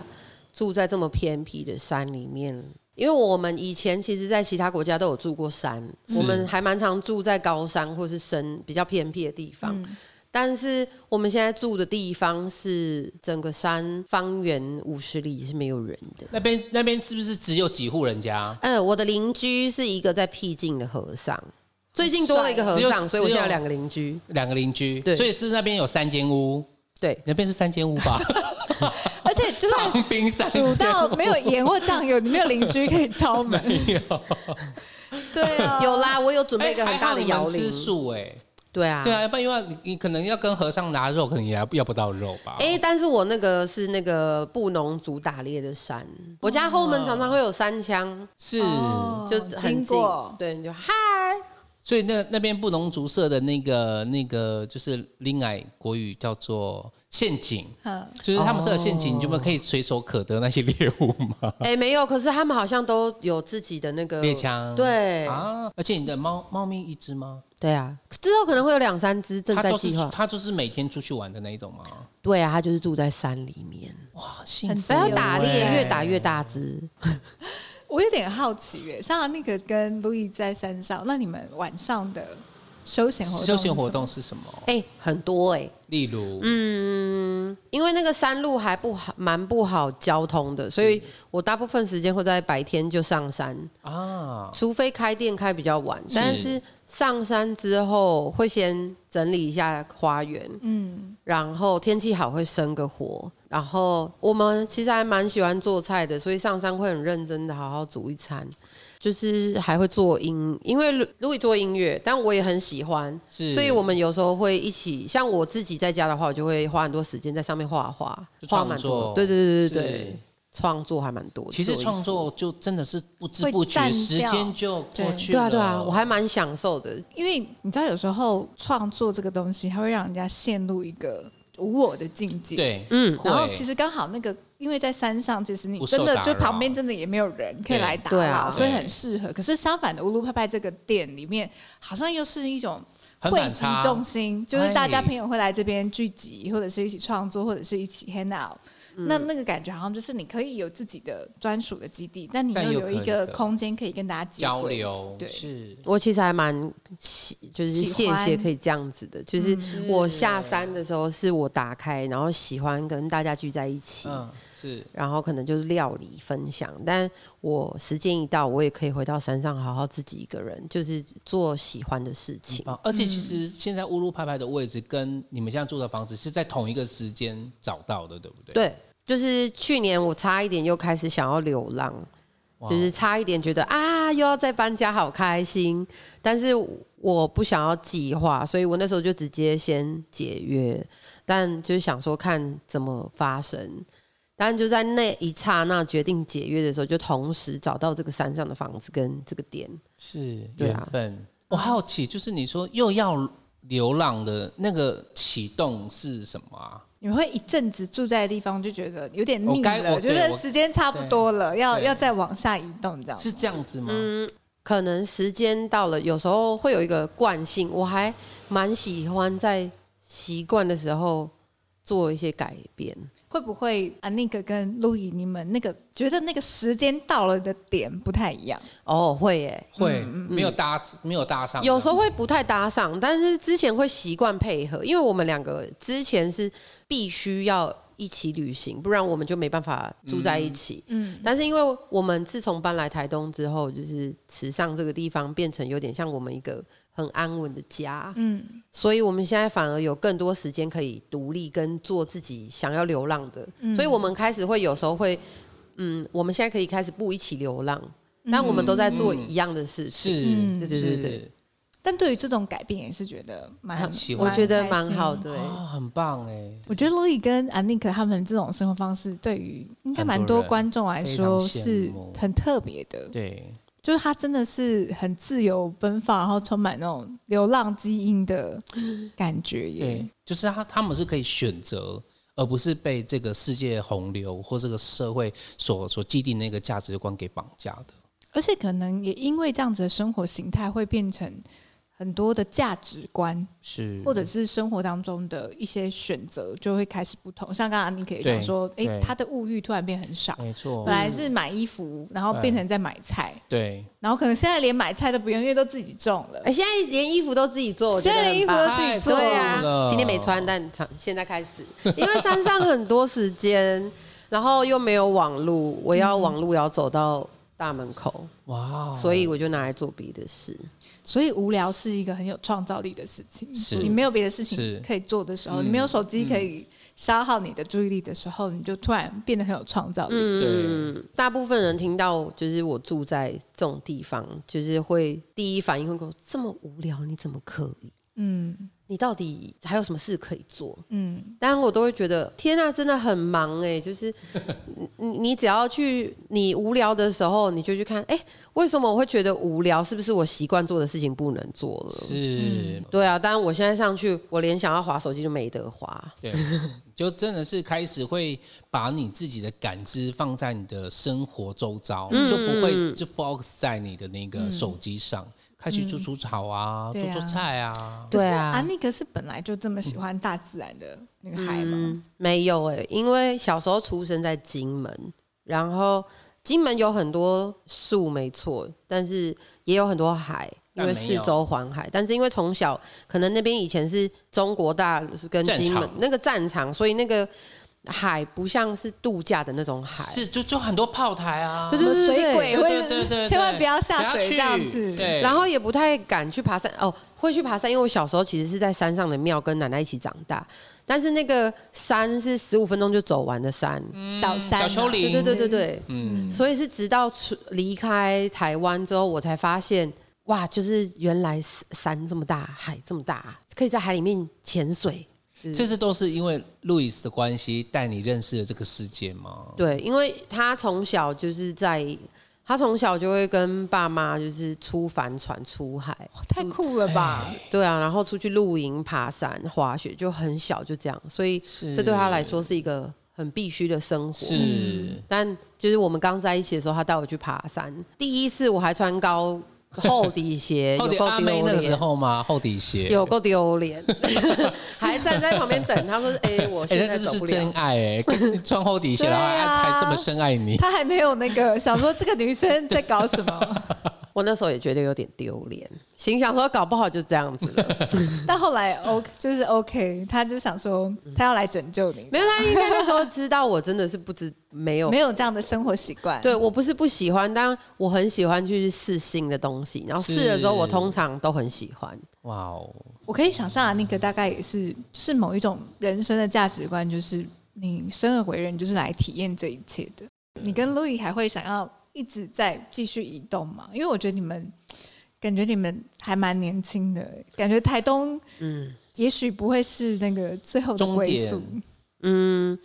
S4: 住在这么偏僻的山里面，因为我们以前其实，在其他国家都有住过山，
S3: 是
S4: 我们还蛮常住在高山或是深比较偏僻的地方。
S3: 嗯
S4: 但是我们现在住的地方是整个山方圆五十里是没有人的。
S3: 那边那边是不是只有几户人家？
S4: 嗯，我的邻居是一个在僻静的和尚，最近多了一个和
S3: 只有
S4: 尚，所以我
S3: 哦只有
S4: 现在有两个邻居。
S3: 两个邻居，
S4: 对
S3: 所以是那边有三间屋，
S4: 对，
S3: 那边是三间屋 吧？
S2: 而且就是
S3: 长滨三间
S2: 煮到
S3: 屋
S2: 没有盐或酱油，你没有邻居可以敲 门。
S3: 没有，
S2: 对啊，
S4: 有啦，我有准备一个
S3: 呃哎
S4: 很大
S3: 还
S4: 的
S3: 好
S4: 摇
S3: 你们
S4: 铃
S3: 吃。素哎，
S4: 对啊，
S3: 对啊，要不然因为你你可能要跟和尚拿肉，可能也要要不到肉吧？
S4: 哎、但是我那个是那个布农族打猎的山，我家后门常常会有山枪，
S3: 嗯是，
S2: 哦
S4: 就
S2: 经
S4: 很近
S2: 过，
S4: 对，你就嗨，
S3: 所以那那边布农族社的那个那个就是另外国语叫做陷阱，
S2: 嗯，
S3: 就是他们设的陷阱，你就
S4: 哦
S3: 可以随手可得那些猎物吗？
S4: 哎、没有，可是他们好像都有自己的那个
S3: 猎枪
S4: 对、
S3: 啊，而且你的猫猫咪一只吗？
S4: 对啊，之后可能会有两三只正
S3: 它
S4: 在
S3: 都是
S4: 计划，
S3: 它就是每天出去玩的那一种吗？
S4: 对啊，它就是住在山里面，
S3: 哇，幸
S2: 很
S3: 福欸
S4: 不要打猎，
S2: 哎
S4: 越打越大只。
S2: 我有点好奇耶，像那个跟 Louis 在山上，那你们晚上的休闲活动？
S3: 休闲活动，是什么？
S4: 哎、很多哎、
S3: 例如，
S4: 嗯，因为那个山路还不好，蛮不好交通的，所以我大部分时间会在白天就上山，
S3: 啊，
S4: 除非开店开比较晚。
S3: 是
S4: 但是上山之后会先整理一下花园，
S2: 嗯，
S4: 然后天气好会生个火。然后我们其实还蛮喜欢做菜的，所以上山会很认真的好好煮一餐，就是还会做音，因为如果做音乐，但我也很喜欢，
S3: 是，
S4: 所以我们有时候会一起，像我自己在家的话，我就会花很多时间在上面画画
S3: 就，
S4: 画
S3: 创
S4: 蛮
S3: 作
S4: 多，对
S3: 是
S4: 对对对对，创作还蛮多的。
S3: 其实
S4: 做
S3: 创作就真的是不知
S2: 会
S3: 不觉，
S2: 淡
S3: 时
S2: 掉
S3: 间就过
S2: 对
S3: 去
S4: 对啊对啊，
S3: 了
S4: 我还蛮享受的。
S2: 因为你知道，有时候创作这个东西，它会让人家陷入一个无我的境界。。
S3: 对，
S4: 嗯，
S3: 会
S2: 然后其实刚好那个，因为在山上，其实你
S3: 不受
S2: 真的
S3: 打
S2: 就
S3: 扰
S2: 旁边真的也没有人可以
S3: 对
S2: 来打
S4: 对啊
S2: 扰，所以
S3: 对
S2: 很适合。可是相反的，乌鲁派派这个店里面，好像又是一种
S3: 很
S2: 汇
S3: 反
S2: 集
S3: 差
S2: 众心，就是大家
S3: 哎
S2: 朋友会来这边聚集，或者是一起创作，或者是一起 hang out。那
S3: 嗯
S2: 那个感觉好像就是你可以有自己的专属的基地，但你
S3: 但
S2: 又
S3: 又
S2: 有
S3: 可以
S2: 一个
S3: 的
S2: 空间可以跟大家接
S3: 交
S2: 轨
S3: 流，
S2: 对
S3: 是
S4: 我其实还蛮喜，就是
S2: 喜
S4: 谢
S2: 欢
S4: 谢可以这样子的，就是我下山的时候是我打开，然后喜欢跟大家聚在一起。
S3: 嗯是
S4: 然后可能就是料理分享，但我时间一到，我也可以回到山上，好好自己一个人，就是做喜欢的事情。
S3: 啊，而且
S4: 嗯
S3: 其实现在乌鲁派派的位置跟你们现在住的房子是在同一个时间找到的，对不对？
S4: 对，就是去年我差一点又开始想要流浪，
S3: 哇
S4: 就是差一点觉得啊又要再搬家，好开心。但是我不想要计划，所以我那时候就直接先解约，但就是想说看怎么发生。但就在那一刹那决定解约的时候，就同时找到这个山上的房子跟这个店。
S3: 是
S4: 对啊
S3: 缘分。我好奇，就是你说又要流浪的那个启动是什么啊？
S2: 你会一阵子住在的地方就觉得有点腻
S3: 我该
S2: 了，
S3: 我
S2: 觉
S3: 对
S2: 得
S3: 我
S2: 时间差不多了，要
S3: 对
S2: 要再往下移动，这样
S3: 是这样子吗？
S4: 嗯可能时间到了，有时候会有一个惯性，我还蛮喜欢在习惯的时候做一些改变。
S2: 会不会啊？那个跟路易你们那个觉得那个时间到了的点不太一样，
S4: 哦，会耶，
S3: 会没有搭没有搭上，
S4: 嗯有时候会不太搭上，但是之前会习惯配合，因为我们两个之前是必须要一起旅行，不然我们就没办法住在一起。
S2: 嗯，
S4: 但是因为我们自从搬来台东之后，就是池上这个地方变成有点像我们一个很安稳的家，
S2: 嗯
S4: 所以我们现在反而有更多时间可以独立跟做自己想要流浪的。
S2: 嗯
S4: 所以我们开始会有时候会，嗯，我们现在可以开始不一起流浪，但我们都在做一样的事情。
S3: 嗯是，
S2: 嗯
S4: 对对对对
S3: 是，
S2: 但对于这种改变也是觉得蛮
S3: 很喜欢
S4: 我觉得蛮好。
S2: 开心哦
S4: 的、欸
S3: 啊，很棒哎，
S2: 我觉得 Lily 跟 Anik 他们这种生活方式，对于应该蛮
S3: 很多
S2: 多
S3: 人
S2: 观众来说
S3: 非常羡
S2: 是
S3: 慕
S2: 很特别的，
S3: 对，
S2: 就是他真的是很自由奔放，然后充满那种流浪基因的感觉耶
S3: 对。，就是他他们是可以选择，而不是被这个世界洪流或这个社会所所既定那个价值观给绑架的。
S2: 而且可能也因为这样子的生活形态，会变成很多的价值观，
S3: 是，
S2: 或者是生活当中的一些选择，就会开始不同。像刚刚 Anik 也讲说，
S3: 对
S2: 诶，
S3: 对
S2: 他的物欲突然变很少，
S3: 没错
S2: 本，来是买衣服，然后变成在买菜。
S3: 哦对，
S2: 然后可能现在连买菜都不用，因为都自己种了。
S4: 哎、现在连衣服都自己做，我觉
S2: 现
S4: 得
S2: 在连衣服都
S4: 很棒
S2: 自己
S3: 太
S2: 做
S3: 酷
S4: 对
S3: 了
S4: 啊，今天没穿，但现在开始，因为山上很多时间，然后又没有网路，我要网路要走到大门口，
S3: 哇，
S4: 所以我就拿来做别的事。
S2: 所以无聊是一个很有创造力的事情。
S3: 是
S2: 你没有别的事
S3: 是
S2: 情可以做的时候，
S3: 嗯
S2: 你没有手机可以消耗你的注意力的时候，你就突然变得很有创造力。
S4: 嗯，大部分人听到就是我住在这种地方，就是会第一反应会跟我这么无聊，你怎么可以？
S2: 嗯
S4: 你到底还有什么事可以做？
S2: 嗯
S4: 当然我都会觉得天啊，真的很忙哎、就是你你你只要去你无聊的时候，你就去看，哎、为什么我会觉得无聊？是不是我习惯做的事情不能做了？
S3: 是，
S4: 对啊，当然我现在上去，我连想要划手机就没得划。
S3: 对， 就真的是开始会把你自己的感知放在你的生活周遭，
S4: 嗯
S3: 就不会就 focus 在你的那个手机上，开始煮煮草啊，
S2: 对
S3: 做
S2: 啊
S3: 做菜啊，
S4: 嗯对
S2: 可是
S4: 啊
S2: 安妮可是本来就这么喜欢大自然的女孩嘛。
S4: 嗯，没有哎、因为小时候出生在金门，然后金门有很多树，没错，但是也有很多海。因为
S3: 但没
S4: 四
S3: 有
S4: 周环海，但是因为从小可能那边以前是中国大陆跟
S3: 战
S4: 金门
S3: 场
S4: 那个战场，所以那个海不像是度假的那种海，
S3: 是就就很多炮台啊，
S4: 对
S2: 什
S4: 对
S2: 么
S4: 对
S2: 水鬼
S3: 对对对
S2: 会
S3: 对对，
S2: 千万不要下
S3: 不要
S2: 水
S3: 去
S2: 这样子。
S3: 对，
S4: 然后也不太敢去爬山哦，会去爬山，因为我小时候其实是在山上的庙跟奶奶一起长大，但是那个山是十五分钟就走完的嗯山，
S3: 嗯
S4: 啊
S2: 小山
S3: 小
S2: 嘛
S3: 丘陵，
S4: 对对对对对，
S3: 嗯，
S4: 所以是直到出离开台湾之后，我才发现，哇，就是原来山这么大，海这么大，可以在海里面潜水。
S3: 这是都是因为路易斯的关系带你认识了这个世界吗？
S4: 对，因为他从小就是在，他从小就会跟爸妈就是出帆船、出海，
S2: 哇太酷了 吧！
S4: 对啊，然后出去露营、爬山、滑雪，就很小就这样，所以
S3: 是
S4: 这对他来说是嗯一个很必须的生活。
S3: 是
S4: 但就是我们刚在一起的时候，他带我去爬山，第一次我还穿高厚底鞋，
S3: 后
S4: 有
S3: 底
S4: 够
S3: 阿妹
S4: 丢
S3: 那个时
S4: 脸。
S3: 候吗？厚底鞋
S4: 有够丢脸， 还站在旁边等。他说：“ 哎、我
S3: 哎、
S4: 现在
S3: 那这
S4: 走
S3: 是
S4: 不了。
S3: 真爱哎、跟穿厚底鞋，
S2: 对
S3: 然
S2: 啊
S3: 后还还这么深爱你，
S2: 他还没有那个想说这个女生在搞什么，
S4: 我那时候也觉得有点丢脸，心想说搞不好就这样子 了。
S2: 但后来 O 就是 OK，他就想说
S3: 嗯
S2: 他要来拯救你，
S4: 没有，他应该那时候知道我真的是不知没有
S2: 没有这样的生活习惯。
S4: 对我不是不喜欢，但我很喜欢去试新的东西，然后试了之后，
S3: 是
S4: 我通常都很喜欢。
S3: 哇哦，
S2: 我可以想象啊，那个大概也是就是某一种人生的价值观，就是你生而为人就是来体验这一切的。你跟 Louis 还会想要一直在继续移动吗？因为我觉得你们感觉你们还蛮年轻的，感觉台东
S4: 嗯
S2: 也许不会是那个最后的
S3: 终
S2: 归
S3: 点
S2: 宿。
S4: 嗯，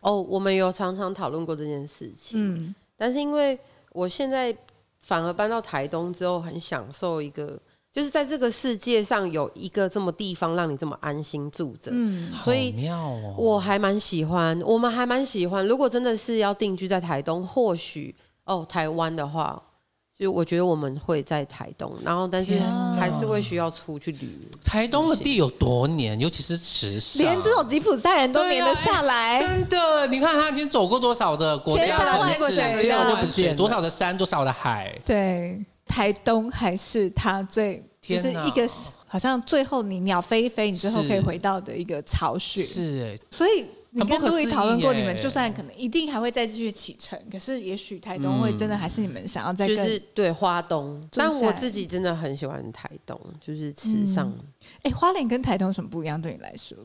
S4: 哦，我们有常常讨论过这件事情，
S2: 嗯
S4: 但是因为我现在反而搬到台东之后，很享受一个，就是在这个世界上有一个这么地方让你这么安心住着。
S2: 嗯，
S4: 所以
S3: 好妙哦，
S4: 我还蛮喜欢，我们还蛮喜欢。如果真的是要定居在台东，或许哦，台湾的话，就我觉得我们会在台东，然后但是
S2: 啊
S3: 天哪
S4: 还是会需要出去旅游。
S3: 台东的地有多黏，尤其是池上，
S2: 连这种吉普赛人都
S3: 对
S2: 连
S3: 啊
S2: 得下来，
S3: 真的，你看他已经走过多少的国家
S2: 千山万
S3: 城市，
S2: 水啊
S3: 现在我就不
S4: 不见
S3: 见
S4: 了
S3: 多少的山，多少的海，
S2: 对，台东还是它最就是
S3: 天哪
S2: 一个好像最后你鸟飞一飞，你最后
S3: 是
S2: 可以回到的一个巢穴。
S3: 是哎、
S2: 所以你
S3: 很不
S2: 跟
S3: 可
S2: 陆
S3: 思
S2: 毅
S3: 议
S2: 讨论过，你们
S3: 耶
S2: 就算可能一定还会再继续启程，可是也许台东会真的还是你们想要再
S4: 就
S2: 更
S4: 是对花东，
S2: 住下
S4: 但
S2: 来嗯
S4: 我自己真的很喜欢台东，就是吃上
S2: 哎、花莲跟台东有什么不一样？对你来说，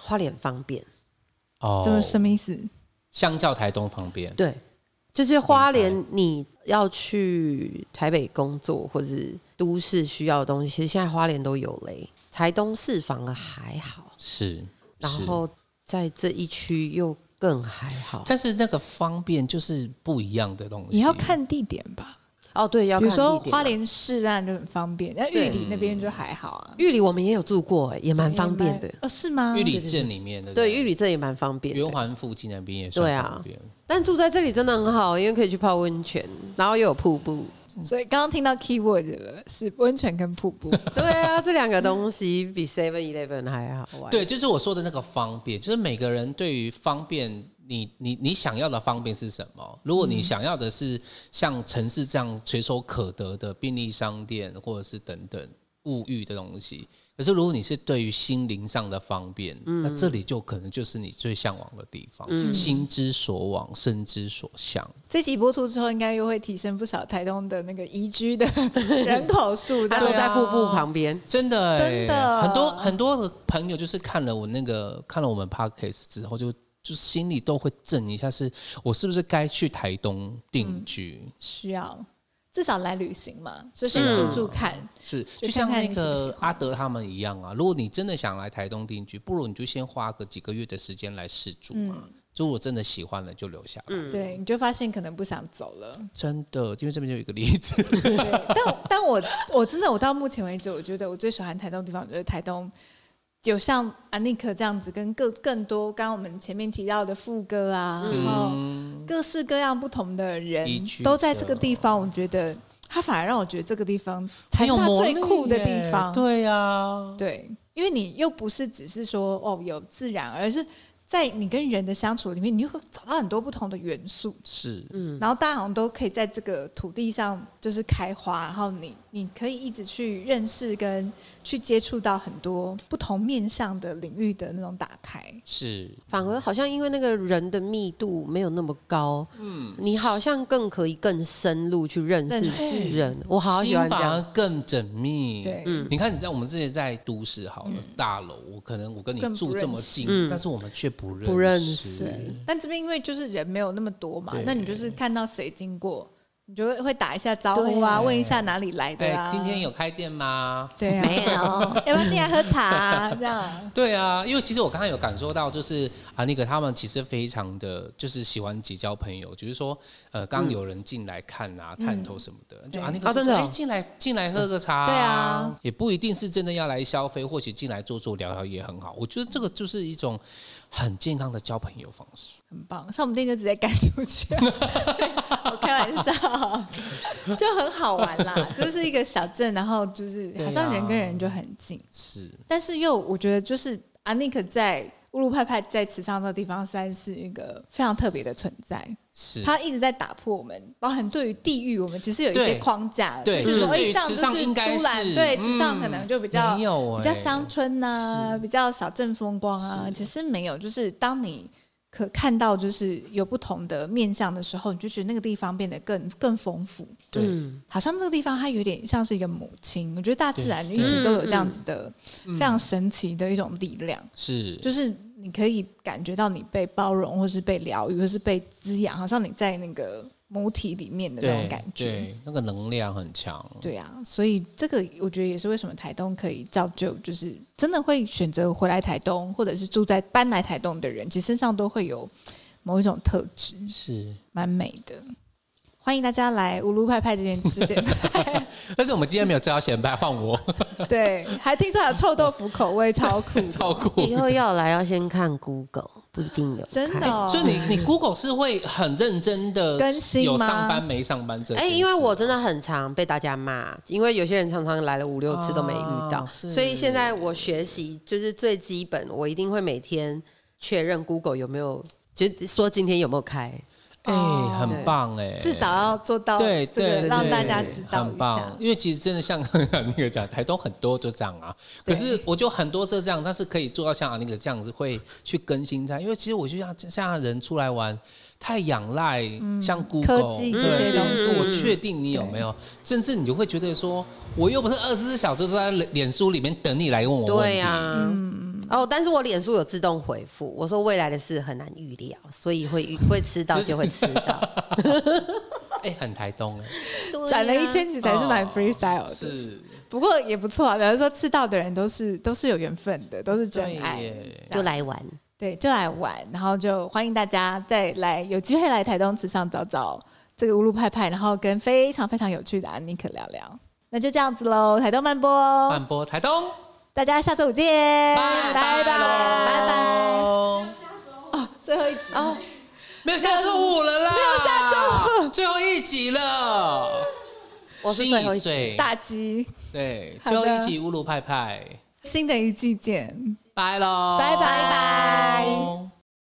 S4: 花莲方便，
S3: 哦
S2: 怎么什么意思？
S3: 相较台东方便，
S4: 对，就是花莲你要去台北工作或者都市需要的东西，其实现在花莲都有嘞，台东市反而还好，
S3: 是，
S4: 然
S3: 是
S4: 后在这一区又更还好。
S3: 但是那个方便就是不一样的东西，
S2: 也要看地点吧。
S4: 哦，对，要
S2: 比如
S4: 看
S2: 说
S4: 地点啊
S2: 花莲市那就很方便，那玉里那边就还好啊，
S4: 玉里，我们也有住过、哎也蛮方便的
S2: 也。蛮哦，是吗？
S3: 玉里镇里面的，
S4: 对，玉里这也蛮方便
S3: 圆
S4: 的，
S3: 环附近那边也算
S4: 对啊
S3: 方便
S4: 但住在这里真的很好，因为可以去泡温泉，然后又有瀑布。
S2: 所以刚刚听到 keyword 了，是温泉跟瀑布。
S4: 对啊，这两个东西比 Seven Eleven 还好玩。
S3: 对，就是我说的那个方便，就是每个人对于方便，你你你想要的方便是什么？如果你想要的是像城市这样随手可得的便利商店，或者是等等物欲的东西，可是如果你是对于心灵上的方便，那这里就可能就是你最向往的地方，心之所往，身之所向。
S2: 这集播出之后，应该又会提升不少台东的那个宜居的人口数，这
S4: 他
S2: 样
S4: 都
S2: 子
S4: 在瀑布旁边。
S3: 真的、
S2: 真
S3: 欸，
S2: 的
S3: 很多很多的朋友就是看了我那个看了我们 podcast 之后就，就心里都会震一下是，我是不是该去台东定居？
S2: 需要。至少来旅行嘛，就是是
S3: 啊
S2: 住住看，
S3: 是，
S2: 就
S3: 就像
S2: 看看
S3: 那
S2: 你喜不喜
S3: 个
S2: 欢
S3: 阿德他们一样啊。如果你真的想来台东定居，不如你就先花个几个月的时间来试住嘛。
S2: 嗯
S3: 如果真的喜欢了，就留下来。
S4: 嗯
S2: 对，你就发现可能不想走 了。
S3: 真的，因为这边就有一个例子，
S2: 对，但但我我真的我到目前为止，我觉得我最喜欢台东的地方就是台东。有像安妮可这样子，跟更更多刚刚我们前面提到的副歌啊，然后各式各样不同的人
S3: 嗯宜居
S2: 都在这个
S3: 的
S2: 地方，我觉得它反而让我觉得这个地方才是
S3: 很有
S2: 它
S3: 魔
S2: 最
S3: 力
S2: 酷的地
S3: 耶
S2: 方。
S3: 对啊，
S2: 对，因为你又不是只是说哦有自然，而是在你跟人的相处里面，你会找到很多不同的元素。
S3: 是，
S2: 然后大家好像都可以在这个土地上就是开花，然后你你可以一直去认识跟去接触到很多不同面向的领域的那种打开。
S3: 是，
S4: 反而好像因为那个人的密度没有那么高，嗯，你好像更可以更深入去认
S2: 认
S4: 识
S2: 识
S4: 人。我好喜欢这
S3: 心反而
S4: 样，
S3: 更缜密。
S2: 对
S3: 你看，你知道我们之前在都市好了，大楼，我可能我跟
S2: 嗯
S3: 你
S2: 更不
S3: 住这么近，
S4: 认识
S3: 但是我们却不认
S4: 嗯不认
S3: 识
S4: 识。
S2: 但这边因为就是人没有那么多嘛
S3: 对，
S2: 那你就是看到谁经过，你就会会打一下招呼啊，
S3: 对
S2: 问一下哪里来的
S3: 哎、
S2: 啊。
S3: 今天有开店吗？
S2: 对啊，没有， 要不要进来喝茶、啊？这样
S3: 对啊，因为其实我刚刚有感受到，就是啊，那个他们其实非常的就是喜欢结交朋友，就是说，呃，刚刚有人进来看啊、
S2: 嗯
S3: 探头什么的，就啊那个
S4: 啊真嗯的哦
S3: 哎进来进来喝个茶，
S2: 对啊，
S3: 也不一定是真的要来消费，或许进来坐坐聊聊也很好。我觉得这个就是一种很健康的交朋友方式。
S2: 很棒。像我们店就直接赶出 去，啊我开玩笑，就很好玩 啦，就是一个小镇，然后就是
S3: 对啊
S2: 好像人跟人就很近。
S3: 是，
S2: 但是又我觉得就是阿尼克在乌鲁派派在池上的地方，实在是一个非常特别的存在。
S3: 是，
S2: 他一直在打破我们，包含对于地域，我们其实有一
S3: 对
S2: 些框架，
S3: 对
S2: 就是说，
S3: 嗯
S2: 哎、这样就
S3: 对池上应
S2: 是
S3: 该
S2: 都兰，
S3: 是
S2: 对，
S3: 嗯
S2: 池上可能就比较、
S3: 没有
S2: 比较
S3: 欸
S2: 乡村呐、比较小镇风光啊。其实没有，就是当你可看到就是有不同的面向的时候，你就觉得那个地方变得更更丰富。
S3: 对，
S2: 好像这个地方它有点像是一个母亲，我觉得大自然
S3: 对嗯
S2: 一直都有这样子的非常神奇的一种力量，
S3: 是，
S2: 就是你可以感觉到你被包容，或是被疗愈，或是被滋养，好像你在那个母体里面的那种
S3: 对
S2: 感觉。
S3: 对，那个能量很强。
S2: 对啊，所以这个我觉得也是为什么台东可以造就，就是真的会选择回来台东，或者是住在搬来台东的人，其实身上都会有某一种特质，
S3: 是，
S2: 蛮美的。欢迎大家来乌鲁派派这边吃 些饭。
S3: 但是我们今天没有吃到咸派，换我
S2: 对，还听说还有臭豆腐口味，超酷，
S3: 照顾。
S4: 以后要来要先看 Google，不一定有
S2: 真的
S4: 开
S2: 哦、
S3: 所以你你 Google 是会很认真的
S2: 更新
S3: 有
S2: 吗
S3: 上班没上班这件啊
S4: 哎、
S3: 事？
S4: 因为我真的很常被大家骂，因为有些人常常来了五六次都没遇到，
S3: 啊是
S4: 所以现在我学习就是最基本，我一定会每天确认 Google 有没有，就是说今天有没有开。
S3: 哎、
S2: 哦
S3: 很棒哎、
S2: 至少要做到
S3: 对
S2: 哦这个
S3: 对，
S2: 让
S3: 对
S2: 大家
S3: 对
S2: 知道
S3: 很
S2: 一下
S3: 棒。。因为其实真的像 那个讲，台东很多就这样啊。可是我就很多就这样，但是可以做到像那个这样子，会去更新它。因为其实我就像像人出来玩，太仰赖像 Google
S2: 嗯科技
S3: 对
S2: 这些
S3: 种
S4: 东西
S3: 我确定你有没有，甚至你就会觉得说，我又不是二十四小时都在脸书里面等你来问我问
S4: 对
S3: 题。嗯
S4: 呀、
S2: 啊
S4: 哦，但是我脸书有自动回复，我说未来的事很难预料，所以会预会 吃到就会吃到。
S3: 哎、很台 东哎、
S2: 转了一圈，其实还是蛮 freestyle 的，
S3: 哦是
S2: 不过也不错啊。比如说吃到的人都是都是有缘分的，都是真
S3: 对
S2: 爱，
S3: 耶
S2: 这
S4: 就
S2: 样
S4: 来玩。
S2: 对，就来玩，然后就欢迎大家再来，有机会来台东池上找找这个乌鲁派派，然后跟非常非常有趣的安妮可聊聊。那就这样子喽，台东慢播，
S3: 慢播台东，
S2: 大家下周五见，
S3: 拜
S2: 哎拜拜
S3: 拜
S2: 拜。
S3: 拜。
S2: 最后一集哦，
S3: 没有下周五了啦，没有下周五，最后一集了。
S4: 我是最后一集
S3: 心已碎
S2: 大吉，
S3: 对，
S2: 好
S3: 最
S2: 的
S3: 后一集乌鲁派派，
S2: 新的一季见。
S3: 哦拜喽，
S2: 拜拜
S3: 拜